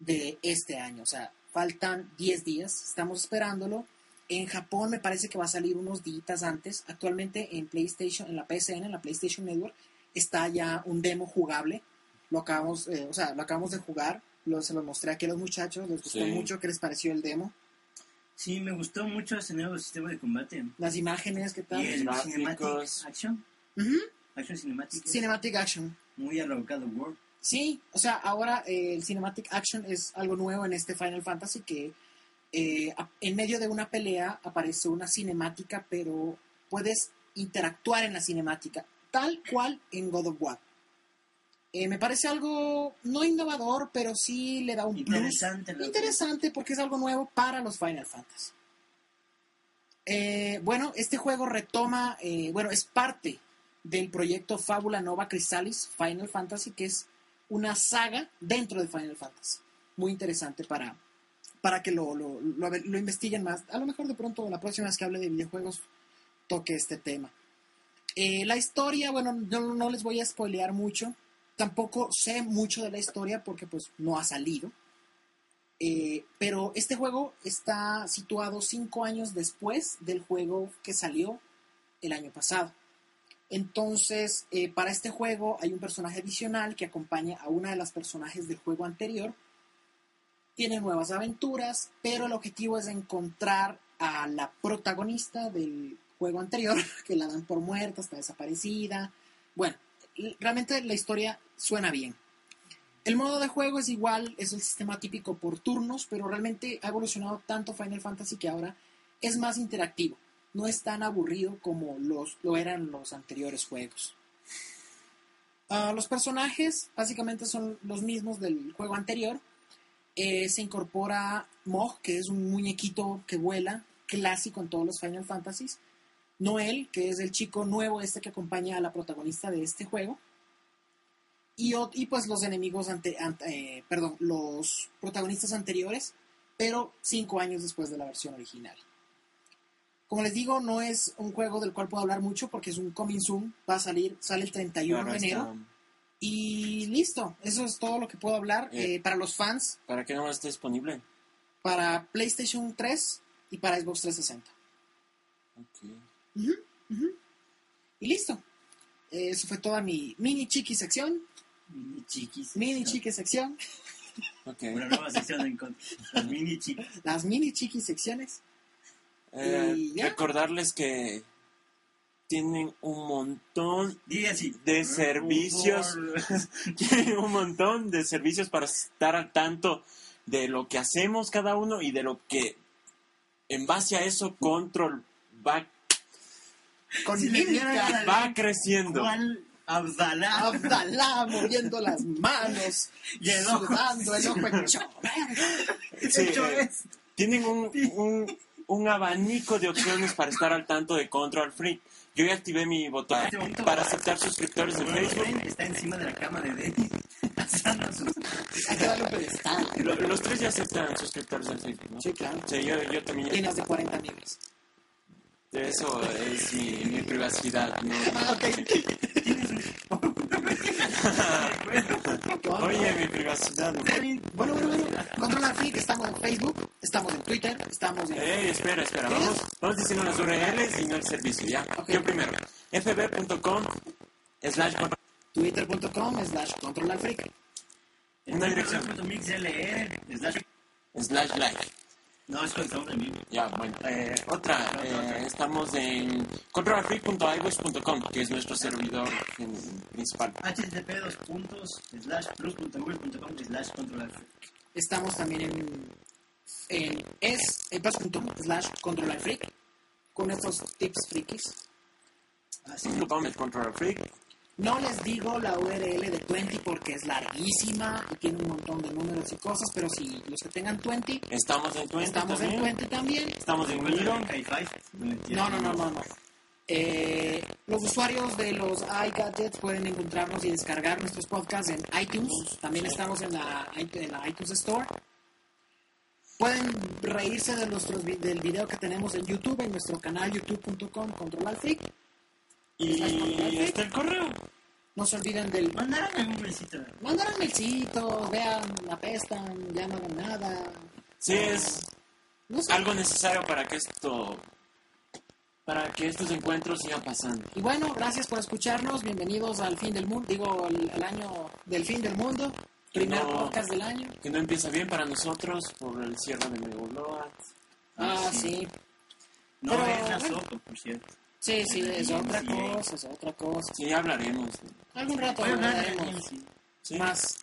C: de este año, o sea, faltan 10 días, estamos esperándolo. En Japón me parece que va a salir unos días antes. Actualmente en PlayStation, en la PSN, en la PlayStation Network, está ya un demo jugable. Lo acabamos, eh, o sea, lo acabamos de jugar. Lo, se lo mostré aquí a los muchachos. Les gustó
D: Sí.
C: mucho. ¿Qué les pareció el demo?
B: Sí, me gustó mucho ese nuevo sistema de combate.
C: Las imágenes, ¿qué tal?
B: Y el
D: Gráficos.
B: cinematic action.
C: Ujú.
B: Action cinematic. es
C: Cinematic Action.
B: Muy alocado World.
C: Sí, o sea, ahora eh, el Cinematic Action es algo nuevo en este Final Fantasy que eh, a- en medio de una pelea aparece una cinemática, pero puedes interactuar en la cinemática, tal cual en God of War. Eh, me parece algo no innovador, pero sí le da un plus
B: Interesante. la-
C: interesante porque es algo nuevo para los Final Fantasy. Eh, bueno, este juego retoma, eh, bueno, es parte del proyecto Fábula Nova Crystallis Final Fantasy, que es una saga dentro de Final Fantasy. Muy interesante para, para que lo, lo, lo- lo investiguen más. A lo mejor de pronto la próxima vez que hable de videojuegos toque este tema. Eh, la historia, bueno, no, no les voy a spoilear mucho. Tampoco sé mucho de la historia porque pues no ha salido. Eh, pero este juego está situado cinco años después del juego que salió el año pasado. Entonces, eh, para este juego hay un personaje adicional que acompaña a una de las personajes del juego anterior. Tiene nuevas aventuras, pero el objetivo es encontrar a la protagonista del juego anterior, (laughs) que la dan por muerta, está desaparecida. Bueno, l- realmente la historia suena bien. El modo de juego es igual, es el sistema típico por turnos, pero realmente ha evolucionado tanto Final Fantasy que ahora es más interactivo. No es tan aburrido como los, lo eran los anteriores juegos. Ah, los personajes básicamente son los mismos del juego anterior. Eh, se incorpora Mog, que es un muñequito que vuela, clásico en todos los Final Fantasies. Noel, que es el chico nuevo este que acompaña a la protagonista de este juego y, o- y, pues los enemigos ante, ante- eh, perdón, los protagonistas anteriores, pero cinco años después de la versión original. Como les digo, no es un juego del cual puedo hablar mucho porque es un coming soon, va a salir, sale el 31
D: Ahora
C: de enero
D: está-
C: y listo, eso es todo lo que puedo hablar
D: Eh.
C: eh, para los fans,
D: ¿Para qué no está disponible?
C: para PlayStation 3 y para Xbox 360.
D: Ok.
C: Ujú, ujú. Y listo. Eh, Eso fue toda mi mini chiqui sección.
B: Mini chiquis.
C: Mini chiqui sección.
D: Ok.
B: Una nueva sección en contra. Los mini chiquis.
C: Las mini chiqui secciones.
D: Eh,
C: Y ya.
D: recordarles que tienen un montón, (laughs)
B: Dí así.
D: De servicios. tienen un montón de servicios para estar al tanto de lo que hacemos cada uno y de lo que en base a eso Control va,
C: Con
B: Si le
C: mímica.
B: dieran ganas-
D: va creciendo.
B: Juan
C: Ah,
B: Abdalá.
C: Abdalá moviendo las manos.
B: Y el ojo.
C: sudando el ojo. hecho verga.
D: Sí,
B: Hecho
D: eh,
B: es.
D: tienen un, un- un abanico de opciones para estar al tanto de Control Freak. Yo ya activé mi botón
B: Este momento-
D: para aceptar suscriptores de
B: Bueno,
D: Facebook.
B: Ren está encima de la cama de Denis. Alzando sus.
C: Hay que darle un pedestal.
D: Lo- Los tres ya aceptan suscriptores de Facebook, ¿no?
C: Sí, claro.
D: Sí, yo, yo también ya-
C: Y nos de 40 amigos.
D: Eso es mi, mi privacidad, ¿no?
C: Ah, ok.
D: Oye, mi privacidad. ¿no?
C: Bueno, bueno, bueno. Controla Freak, estamos en Facebook, estamos en Twitter, estamos en
B: Eh.
D: Ey, espera, espera. Vamos, vamos diciendo las URLs y no el servicio, ya.
C: Ok.
D: Yo primero. fb.com slash con-
C: twitter.com slash control al freak.
D: Una dirección.
B: .mixlr. slash-
D: slash live.
B: No, es con nombre mismo.
D: Ya, bueno. Eh, otra, eh, estamos en controlfreak.ibus.com, que es nuestro servidor en- principal.
B: http dos puntos slash plus punto google punto com slash controlar
C: Estamos también en, en es en pas.com slash control al freak con estos tips frikis.
B: así
D: .com es controlfreak.
C: No les digo la URL de 20 porque es larguísima y tiene un montón de números y cosas, pero si los que tengan 20,
D: Estamos en Twenty
C: estamos en
D: también.
C: 20 también.
D: Estamos en Miro.
C: No, no, no, no, no. Eh, los usuarios de los iGadgets pueden encontrarnos y descargar nuestros podcasts en iTunes. También estamos en la, en la iTunes Store. Pueden reírse de nuestros, vi- del video que tenemos en YouTube, en nuestro canal youtube.com, control al freak.
D: Y está el correo.
C: No se olviden del...
B: mandaron un besito
C: Mandaron mailcitos, vean, apestan, ya no hagan nada.
D: Sí, es
C: No sé.
D: algo necesario para que esto para que estos encuentros sigan pasando.
C: Y bueno, gracias por escucharnos. Bienvenidos al fin del mundo, digo, al, al año del fin del mundo. Primer
D: No.
C: podcast del año.
D: Que no empieza bien para nosotros por el cierre de Megoloa.
C: Ah,
B: Ah,
C: sí.
B: no
C: Pero,
B: es la
C: bueno.
B: sopa por cierto
C: Sí, sí, es
B: Sí,
C: otra
B: sí.
C: cosa, es otra cosa.
D: Sí, ya hablaremos.
C: Algún rato
B: Bueno, nada,
C: hablaremos
B: sí.
D: Sí.
C: más.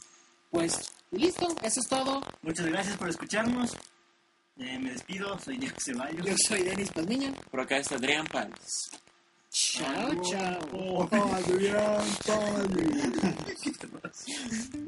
C: Pues, y listo, eso es todo.
B: muchas gracias por escucharnos Eh, me despido soy Diego Ceballos
C: Yo soy Denis Pazmiña.
D: Por acá está Adrián Páez.
C: Chao, chao.
B: Oh.
C: Adrián Pali.